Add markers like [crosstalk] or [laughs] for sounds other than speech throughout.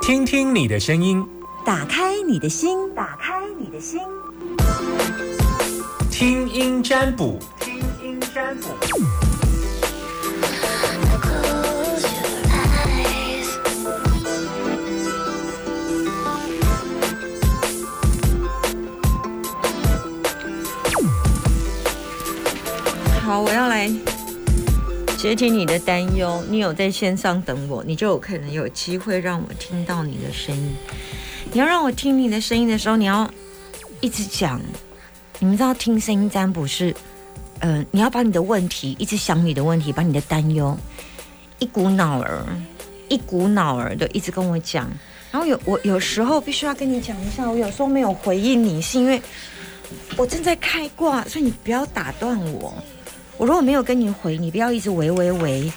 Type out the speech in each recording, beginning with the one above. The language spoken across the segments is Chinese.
听听你的声音，打开你的心，打开你的心，听音占卜，听音占卜。 Close your eyes. 好，我要来接听你的担忧。你有在线上等我，你就有可能有机会让我听到你的声音。你要让我听你的声音的时候，你要一直讲。你们知道听声音占卜是，呃，你要把你的问题一直想你的问题，把你的担忧一股脑儿、一股脑儿的一直跟我讲。然后有我有时候必须要跟你讲一下，我有时候没有回应你，是因为我正在开挂，所以你不要打断我。我如果没有跟你回，你不要一直喂喂喂。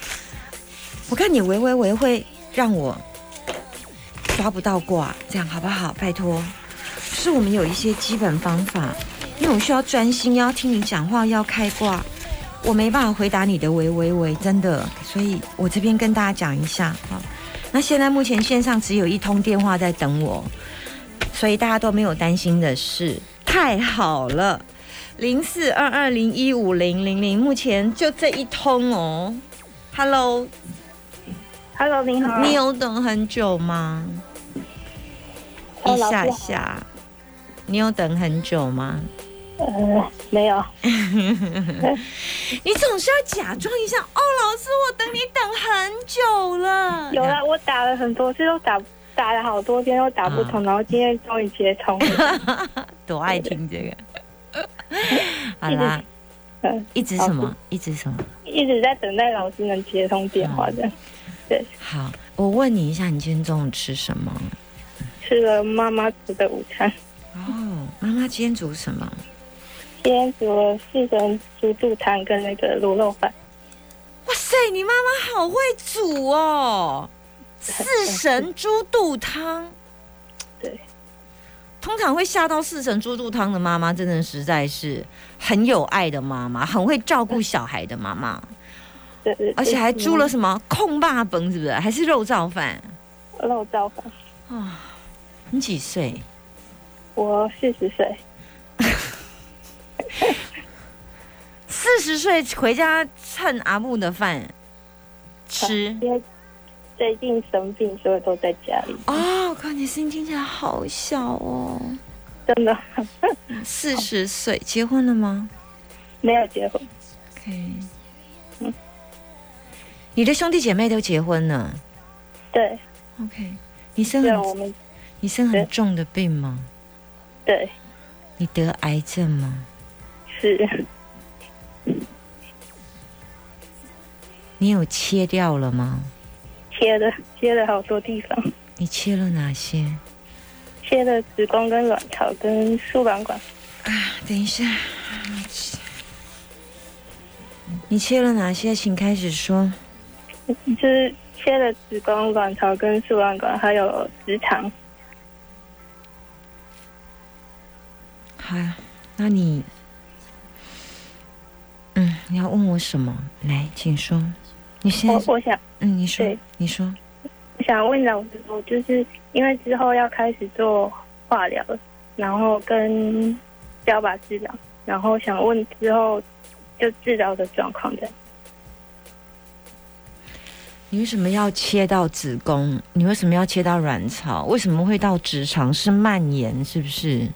我看你喂喂喂会让我抓不到卦，这样好不好？拜托，是我们有一些基本方法，因为我需要专心，要听你讲话，要开挂，我没办法回答你的喂喂喂，真的，所以我这边跟大家讲一下啊。那现在目前线上只有一通电话在等我，所以大家都没有担心的事，太好了。零四二二零一五零零零，目前就这一通哦。Hello， Hello，你好。你有等很久吗？哎一下老师好下，你有等很久吗？呃，没有，你总是要假装一下哦，老师，我等你等很久了。有啊啦，我打了很多次，都打打了好多天，都打不啊通，然后今天终于接通了。 [laughs] [laughs] 多爱听这 [laughs] 个。好啦，嗯，一直什么？一直什么？一直在等待老师能接通电话嗯的，好，我问你一下，你今天中午吃什么？吃了妈妈煮的午餐，哦，妈妈今天煮什么？今天煮了四神猪肚汤跟那个卤肉饭。哇塞，你妈妈好会煮 [laughs] 哦！四神猪肚汤，对，通常会吓到四神猪肚汤的妈妈，真的实在是很有爱的妈妈，很会照顾小孩的妈妈，对对，而且还就是煮了什么控霸本，是不是？还是肉燥饭肉燥饭。啊、你几岁？我四十岁，四十岁回家蹭阿木的饭吃。因为最近生病，所以都在家里。 [laughs] 哦，靠！你声音听起来好小哦，真的四十岁，结婚了吗？没有结婚， OK，你的兄弟姐妹都结婚了。对 OK，你生对，我很们你生很对重的病吗？对你得癌症吗？是你有切掉了吗？切了切了好多地方。你切了哪些？切了子宫跟卵巢跟输卵管，啊等一下，你切了哪些？请开始说。就是切了子宫、卵巢跟输卵管，还有直肠。好呀，那你，嗯，你要问我什么？来，请说。你现我在，我想嗯，你说哦对，你说。我想问老师，我就是因为之后要开始做化疗了，然后跟标靶治疗，然后想问之后就治疗的状况的。你为什么要切到子宫？你为什么要切到卵巢？为什么会到直肠？是蔓延，是不是？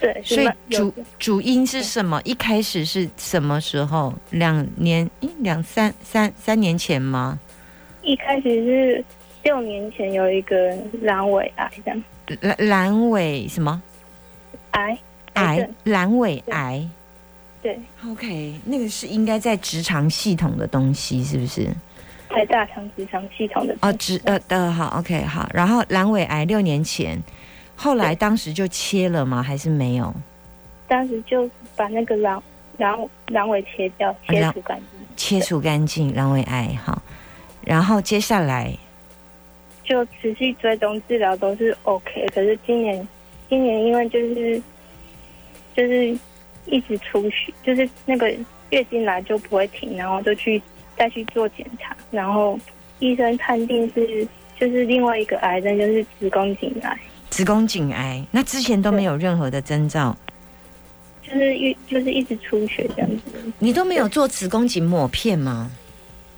对，是所以慢有主主因是什么？一开始是什么时候？两年，诶，两三三三年前吗？一开始是六年前有一个阑尾癌这样，阑阑尾什么癌癌癌症？阑尾癌。对， OK，那个是应该在直肠系统的东西，是不是？在大肠直肠系统的哦，直呃的好，OK 好。然后阑尾癌六年前，后来当时就切了吗？还是没有？当时就把那个阑阑阑尾切掉，切除干净，切除干净阑尾癌哈，然后接下来就持续追踪治疗都是 OK。可是今年，今年因为就是就是一直出血，就是那个月经来就不会停，然后就去再去做检查，然后医生判定是就是另外一个癌症就是子宫颈癌，子宫颈癌，那之前都没有任何的征兆，就是一就是一直出血这样子，你都没有做子宫颈抹片吗？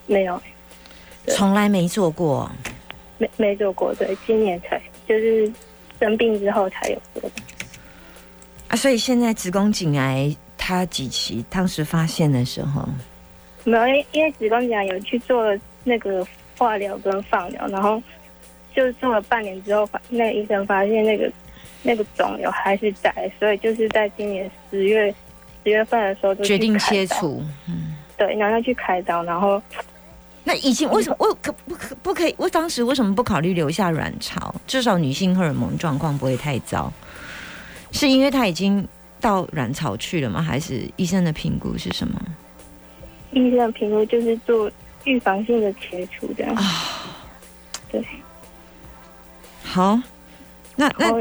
没有对从来没做过。没没做过，对，今年才就是生病之后才有做的，啊，所以现在子宫颈癌它几期？当时发现的时候，没有，因为因为子宫颈癌有去做了那个化疗跟放疗，然后就做了半年之后，发那个医生发现那个那个肿瘤还是在，所以就是在今年十月十月份的时候就去决定开切刀，除。对，然后去开刀，然后那已经为什么我可不可不可以？我当时为什么不考虑留下卵巢？至少女性荷尔蒙状况不会太糟，是因为它已经到卵巢去了吗？还是医生的评估是什么？医生评估就是做预防性的切除这样，啊对，好，那然那后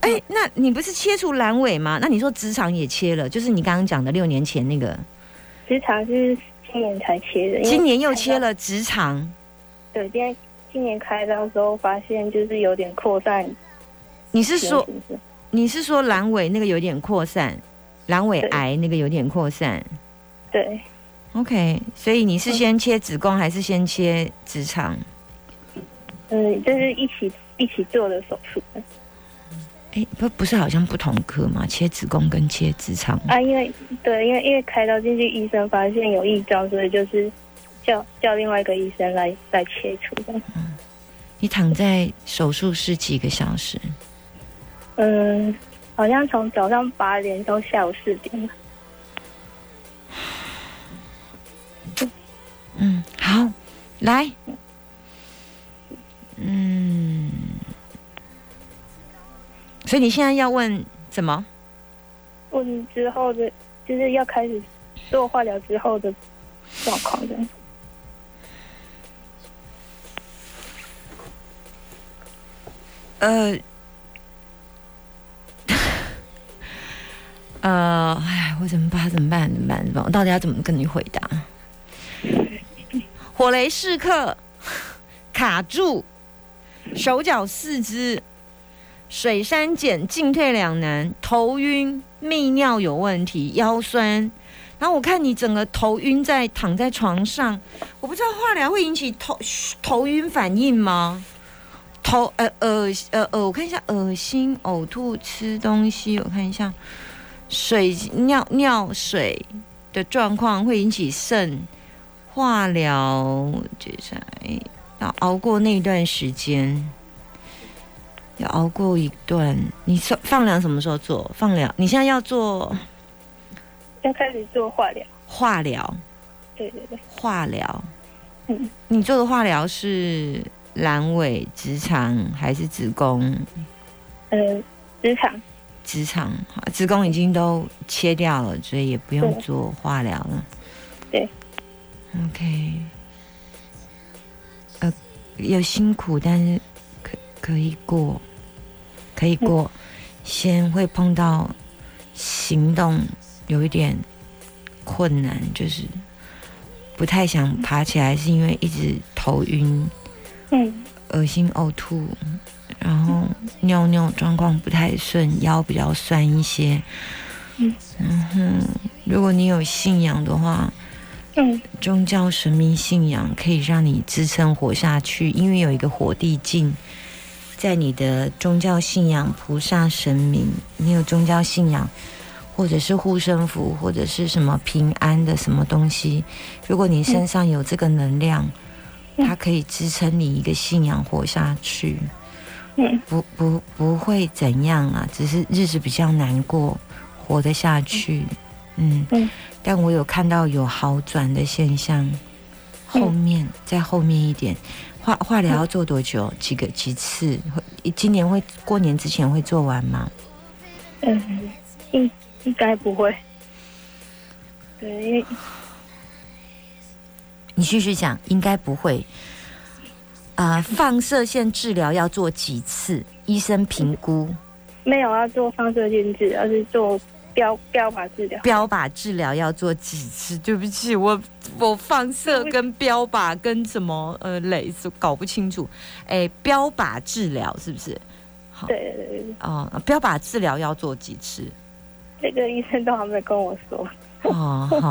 哎、那你不是切除阑尾吗？那你说直肠也切了，就是你刚刚讲的六年前那个，直肠是今年才切的，因为今年又切了直肠，对，今天今年开刀之后发现就是有点扩散你是型，说是不是你是说阑尾那个有点扩散，阑尾癌那个有点扩散对， ？OK，所以你是先切子宫还是先切直肠？嗯，就是一起一起做的手术哎、不不是好像不同科吗？切子宫跟切直肠，啊，因为对，因为因为开刀进去，医生发现有异状，所以就是叫叫另外一个医生来来切除的，你躺在手术室几个小时？嗯。好像从早上八点到下午四点，嗯，好，来，嗯，所以你现在要问什么？问之后的，就是要开始做化疗之后的状况的。呃， [laughs] 呃，哎，我怎么办？怎么办？怎么办？怎么办？我到底要怎么跟你回答？火雷试客卡住，手脚四肢，水山碱进退两难，头晕，泌尿有问题，腰酸。然后我看你整个头晕在躺在床上，我不知道化疗会引起头头晕反应吗？头呃恶呃呃，我看一下，恶心、呕吐、吃东西，我看一下，水尿尿水的状况会引起肾化疗，就是哎要熬过那一段时间，要熬过一段。你说放疗什么时候做？放疗你现在要做要开始做化疗，化疗，对对对，化疗，嗯你做的化疗是阑尾、直肠还是子宫？嗯，职场直肠，好子宫已经都切掉了，所以也不用对做化疗了。对，OK，呃，有辛苦，但是可可以过，可以过。嗯先会碰到行动有一点困难，就是不太想爬起来，是因为一直头晕，嗯恶心、呕吐，然后尿尿状况不太顺，腰比较酸一些。嗯然后如果你有信仰的话，嗯宗教神明信仰可以让你支撑活下去，因为有一个火地境，在你的宗教信仰、菩萨神明，你有宗教信仰，或者是护身符，或者是什么平安的什么东西，如果你身上有这个能量，嗯它可以支撑你一个信仰活下去，嗯不不不会怎样啊，只是日子比较难过，活得下去，嗯嗯但我有看到有好转的现象。后面再后面一点，化化疗要做多久？几个几次？会今年会过年之前会做完吗？嗯，应应该不会，对，因为你继续讲，应该不会。呃，放射线治疗要做几次？医生评估没有要做放射线治疗，而是做标标靶治疗，标靶治疗要做几次？对不起，我我放射跟标靶跟什么呃镭射搞不清楚。哎，标靶治疗是不是？好对对对，对哦、标靶治疗要做几次？这个医生都还没跟我说，哦，好，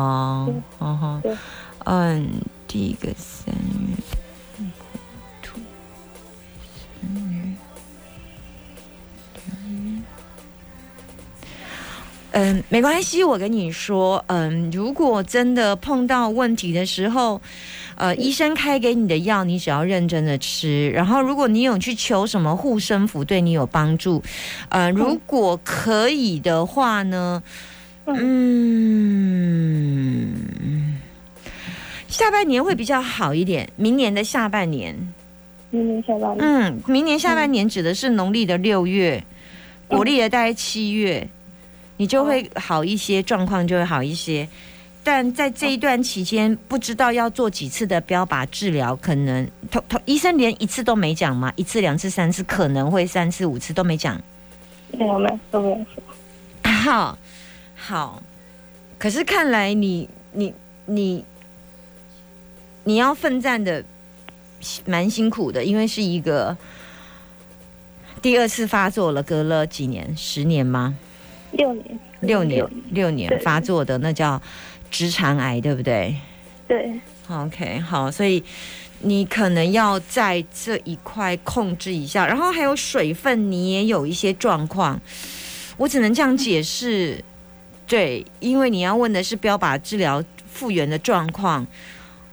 哦好对，嗯，第一个生日，兔生日，嗯，没关系，我跟你说，嗯，如果真的碰到问题的时候，呃，医生开给你的药，你只要认真的吃，然后如果你有去求什么护身符，对你有帮助，呃，如果可以的话呢，嗯，下半年会比较好一点，明年的下半年。明年下半年，嗯，明年下半年指的是农历的六月，国历的大概七月，你就会好一些，状况就会好一些。但在这一段期间，不知道要做几次的标靶治疗，可能头头医生连一次都没讲嘛，一次、两次、三次，可能会三次、五次都没讲。没有没有都没有说，好，好，可是看来你你你你要奋战的蛮辛苦的，因为是一个第二次发作了，隔了几年，十年吗？六年，六年，六年对发作的那叫直肠癌，对不对对， ？OK，好，所以你可能要在这一块控制一下，然后还有水分，你也有一些状况，我只能这样解释。对，因为你要问的是标靶治疗复原的状况，嗯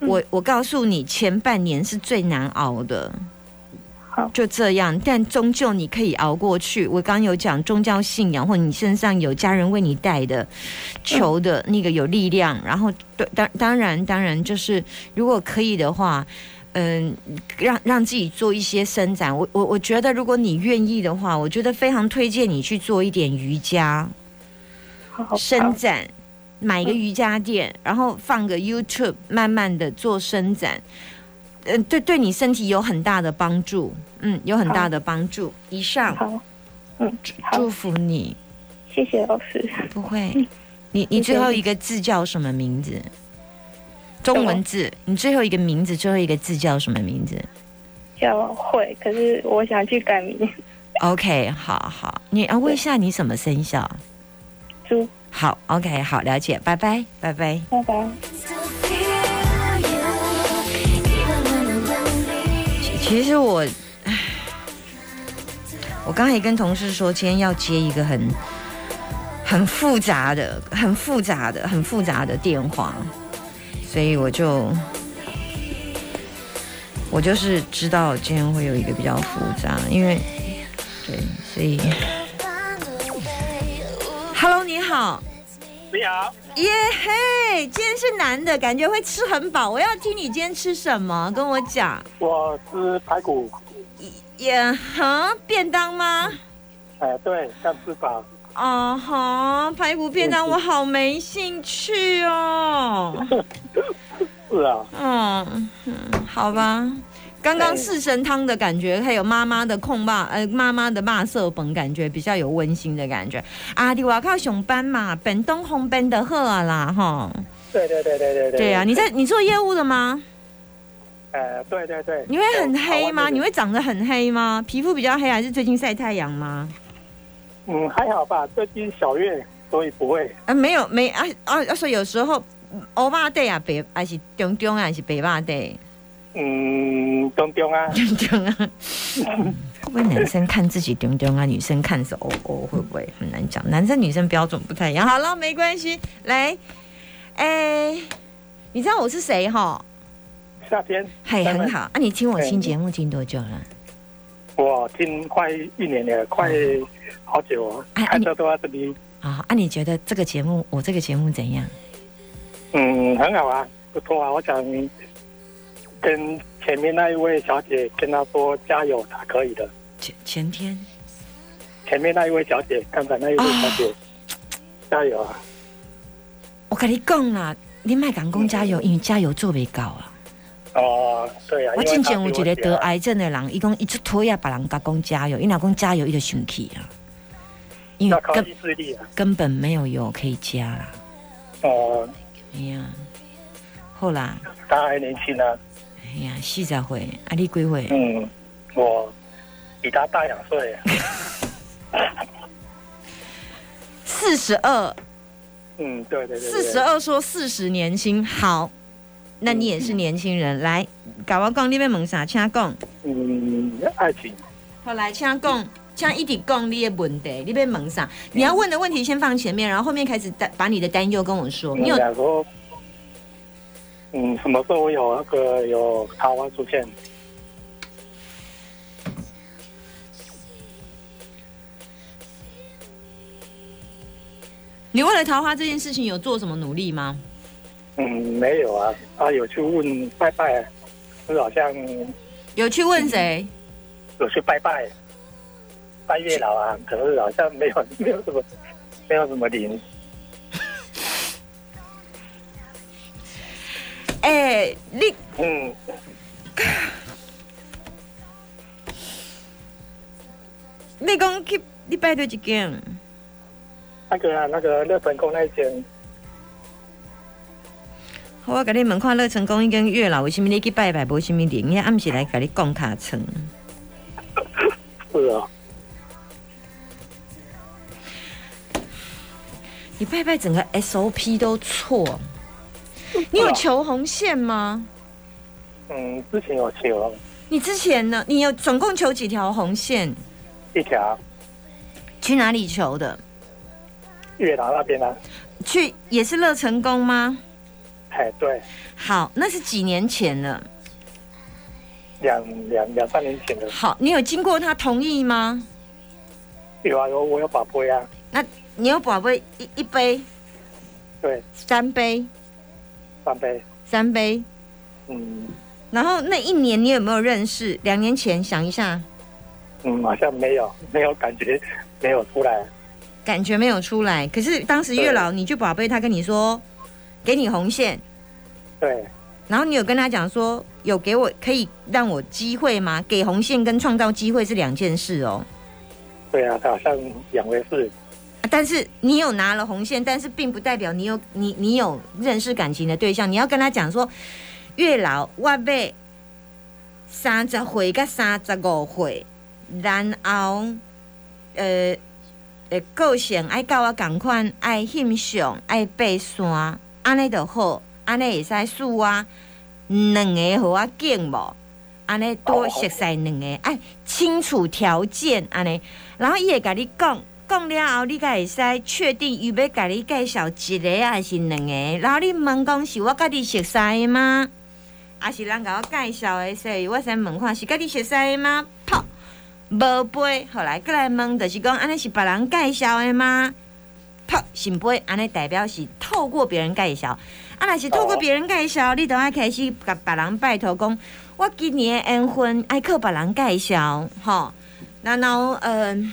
我我告诉你，前半年是最难熬的。好就这样，但终究你可以熬过去。我刚有讲宗教信仰，或你身上有家人为你带的、求的那个有力量，然后对，当当然当然就是如果可以的话，嗯，让让自己做一些伸展。我我我觉得，如果你愿意的话，我觉得非常推荐你去做一点瑜伽好嗯好伸好展，买一个瑜伽垫，然后放个 YouTube，慢慢的做伸展。嗯、对，对你身体有很大的帮助，嗯，有很大的帮助。以上好，嗯，好祝，福你，谢谢老师，不会。你嗯你最后一个字叫什么名字？中文字，你最后一个名字，最后一个字叫什么名字？叫慧，可是我想去改名， OK，好好，你啊，问一下你什么生肖？猪，好，OK，好，了解，拜拜，拜拜。拜拜。 Still feel you, even when I'm lonely. 其实我，唉我刚才也跟同事说，今天要接一个很很复杂的、很复杂的、很复杂的电话，所以我就我就是知道今天会有一个比较复杂，因为对，所以 Find a way. Ooh, Hello，你好。 it's me. 你好，耶嘿，今天是男的，感觉会吃很饱。我要听你今天吃什么，跟我讲。我是排骨，也哼，便当吗？哎、对，干吃饱。哦吼，排骨便当我好没兴趣哦。是啊，嗯，嗯好吧。刚刚四神汤的感觉，还有妈妈的控霸，呃，妈妈的骂色本感觉比较有温馨的感觉。啊，你我靠上班嘛，本东红本的贺啊啦哈。对对对对对对。对呀、啊，你在你做业务的吗？哎、对对对。哎你会很黑吗？好玩的你会长得很黑吗？皮肤比较黑，还是最近晒太阳吗？嗯还好吧，最近小月，所以不会。啊，没有，没啊啊啊！所以有时候欧巴 day 啊，北还是中中啊，还是北巴 day，嗯，中中啊，中中啊。 [laughs] 会不会男生看自己中中啊，女生看是欧欧？会不会很难讲？男生女生标准不太一样。好了，没关系，来，哎、你知道我是谁哈？夏天。嘿，当然很。好啊！你听我对新节目听多久了？我听快一年了，快好久哦，哎开车都在这里。啊啊！你觉得这个节目，我这个节目怎样？嗯，很好啊，不错啊。我想跟前面那一位小姐跟她说加油，她可以的。前前天。前面那一位小姐，刚才那一位小姐，哦加油啊！我跟你讲啦，你莫讲讲加油，因为加油做袂到啊。哦，对啊，我因为之他前有一比我个得小癌症的人，伊讲伊出推啊，别人甲讲加油，伊若讲加油，伊就生气啊。因要为靠根意志力啊。根本没有油可以加啦。哦、哎呀，好啦，他还年轻啊，哎呀，四十岁，啊你几岁？嗯，我比他大两岁，啊 [laughs] 四十二，嗯，对对对对，四十二说四十年薪好，那你也是年轻人，来，甲我讲你要问啥，请讲。嗯，爱情，好，来，请讲，请一直讲你的问题，你要问啥？你要问的问题先放前面，然后后面开始担把你的担忧跟我说。你你有想说，嗯，什么时候有那个有桃花出现？你为了桃花这件事情有做什么努力吗？嗯，没有啊，他有去问拜拜，就是好像有去问谁？有去拜拜，拜月老啊，可是好像没有没有什么没有什么灵，哎、你嗯，你讲去你拜对一间，那个啊那个乐成宫那一间，好，我甲你问看乐成功已经月老，为什么你去拜拜，无什么灵？你暗时来甲你讲卡床。是哦，你拜拜整个 SOP 都错。你有求红线吗？嗯，之前有求你之前呢？你有总共求几条红线？一条去哪里求的？月老那边啊，去也是乐成宫吗？哎，对，好，那是几年前了。两两两三年前的，好，你有经过他同意吗？有啊有我有把杯啊，那你有宝贝一一杯、对，三杯、三杯，三杯，嗯然后那一年你有没有认识？两年前想一下，嗯，好像没有没有感觉，没有出来，感觉没有出来。可是当时月老你去宝贝，他跟你说给你红线，对，然后你有跟他讲说有给我可以让我机会吗？给红线跟创造机会是两件事哦。对啊，好像两回事，啊但是你有拿了红线，但是并不代表你有你你有认识感情的对象。你要跟他讲说，月老我被三十岁跟三十五岁，然后呃呃个性爱甲我同款，爱翕相，爱爬山，安尼就好，安尼会使输啊，两个互我见无，安尼多熟悉两个，哎，清楚条件安尼。然后伊会甲你讲，讲了后你才会使确定伊要甲你介绍一个啊还是两个，然后你问讲是我甲你熟识的吗？还啊是人甲我介绍的所以我先问看是甲你熟识的吗？泡无杯，后来过来问，就是讲安尼是别人介绍的吗？泡信杯，安尼代表是透过别人介绍。啊，若是透过别人介绍，你就要开始甲别人拜托讲，我今年的缘分爱靠别人介绍，吼。然后，嗯、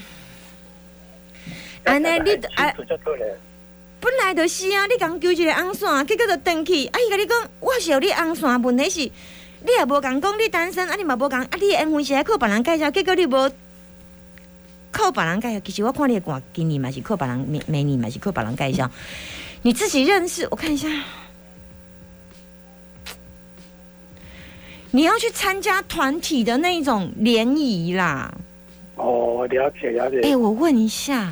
安尼你就哎哎，就对了，本来就是啊，你共揪一个红线，结果就登去。啊，伊甲你讲，我是有你红线，问题是你也无共讲你单身，啊你嘛无共，啊你的缘分是爱靠别人介绍，结果你无靠别人介绍。其实我看你的歌，今年嘛是靠别人，明明年嘛是靠别人介绍。你自己认识，我看一下。你要去参加团体的那一种联谊啦。哦，了解了哎、解，我问一下，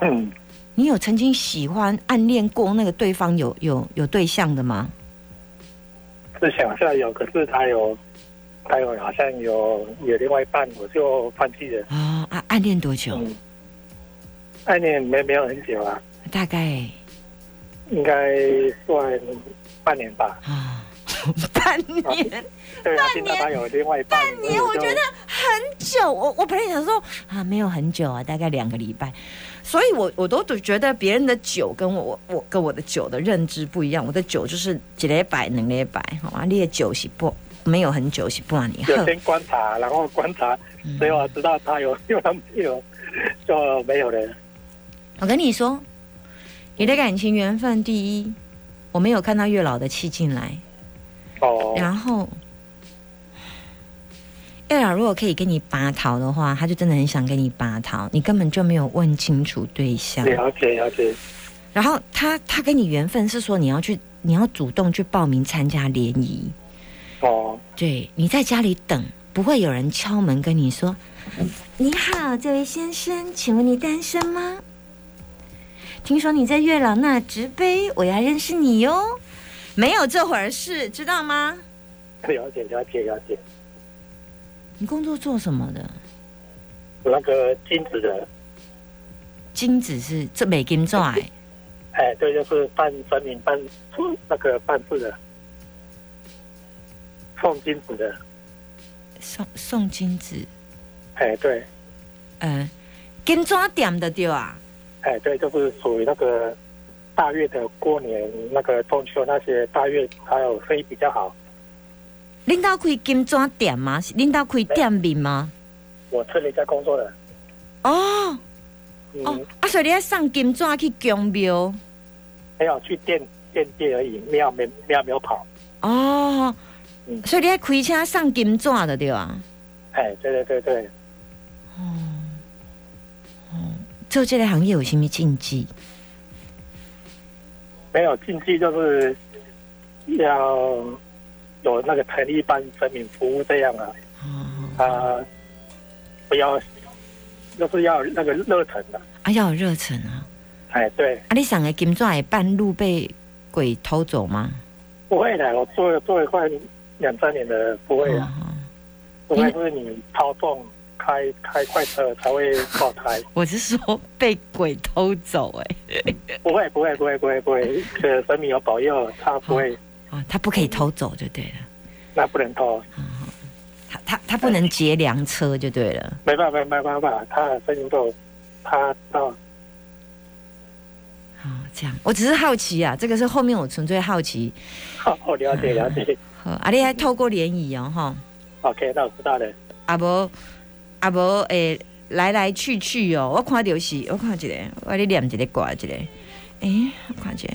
嗯，你有曾经喜欢、暗恋过那个对方有有有对象的吗？是想下有，可是他有，他有好像有有另外一半，我就放弃了，啊啊，暗恋多久？嗯，爱恋没没有很久啊，大概应该算半年吧，啊 [laughs] 半年。对啊，半年听到他有另外一半，半年，所我以就觉得很久。我我本来想说啊，没有很久啊，大概两个礼拜。所以我我都觉得别人的酒跟我我我跟我的酒的认知不一样。我的酒就是几礼拜、两礼拜，好啊，你的酒是不没有很久是半年。有先观察，然后观察，最后知道他有有男朋友，就没有了。我跟你说，你的感情缘分第一，我没有看到月老的气进来，哦，然后月老如果可以跟你拔桃的话，他就真的很想跟你拔桃，你根本就没有问清楚对象。了解了解，然后他他跟你缘分是说你要去，你要主动去报名参加联谊，哦，对，你在家里等，不会有人敲门跟你说：“你好，这位先生，请问你单身吗？听说你在月老那直杯，我要认识你哟。”没有这回事，知道吗？了解了解了解，你工作做什么的？我那个金子的，金子是这美金 [laughs] 做哎，哎，对，就是办神明办那个办事的，送金子的，送送金子，哎，对，呃，金抓点的对啊。哎，对，就是属于那个大月的过年那个中秋那些大月还有生意比较好。领导开金抓点吗？领导开店面吗？我这里在工作的，哦嗯，哦，啊，所以你要送金纸去供庙没有去店店界而已，庙没庙没有跑。哦嗯，所以你要开车送金纸的对啊吧？哎，对对对对，哦，哦，做这个行业有什么禁忌？没有禁忌就是要有那个诚意办神明服务这样啊，哦，啊、不要就是要那个热忱的、啊，要有热忱啊！哎，对，啊，你送的金纸会半路被鬼偷走吗？不会的，我做了做了快两三年了，不会的、哦哦除非是你操纵开开快车才会爆胎，我是说被鬼偷走、哎，不会不会不会不会不会，这神明有保佑，他不会，啊，他不可以偷走就对了，那不能偷，他他他不能劫粮车就对了。没办法没办法，他的神明都有他到好，这样，我只是好奇啊，这个是后面我纯粹好奇。我了解了解好，啊，你还透过联谊哦，哈， ，OK，那我知道了，啊无啊无诶，来来去去哦，我看到是，我看一个，我咧念一个挂一个，诶、我看一个。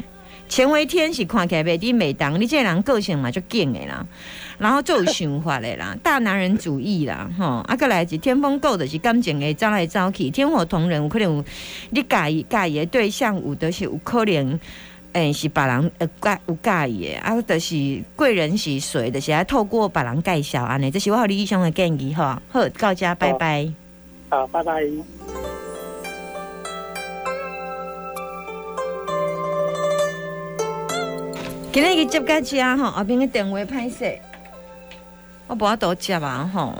钱为天是看起来袂低袂当，你这个人个性嘛就紧的啦，然后就有想法的啦，大男人主义啦，吼，啊，再来是天风狗，就是感情会走来走去，天火同人有可能有你介意介意的对象，有的是有可能。诶、是别人呃介有介意的，啊，就是贵人是谁，就是要透过别人介绍安尼，这是我和你医生的建议吼。好，到这，拜拜。好，拜拜。今日去接个车吼，后边个电话歹势，我无法度接啊吼。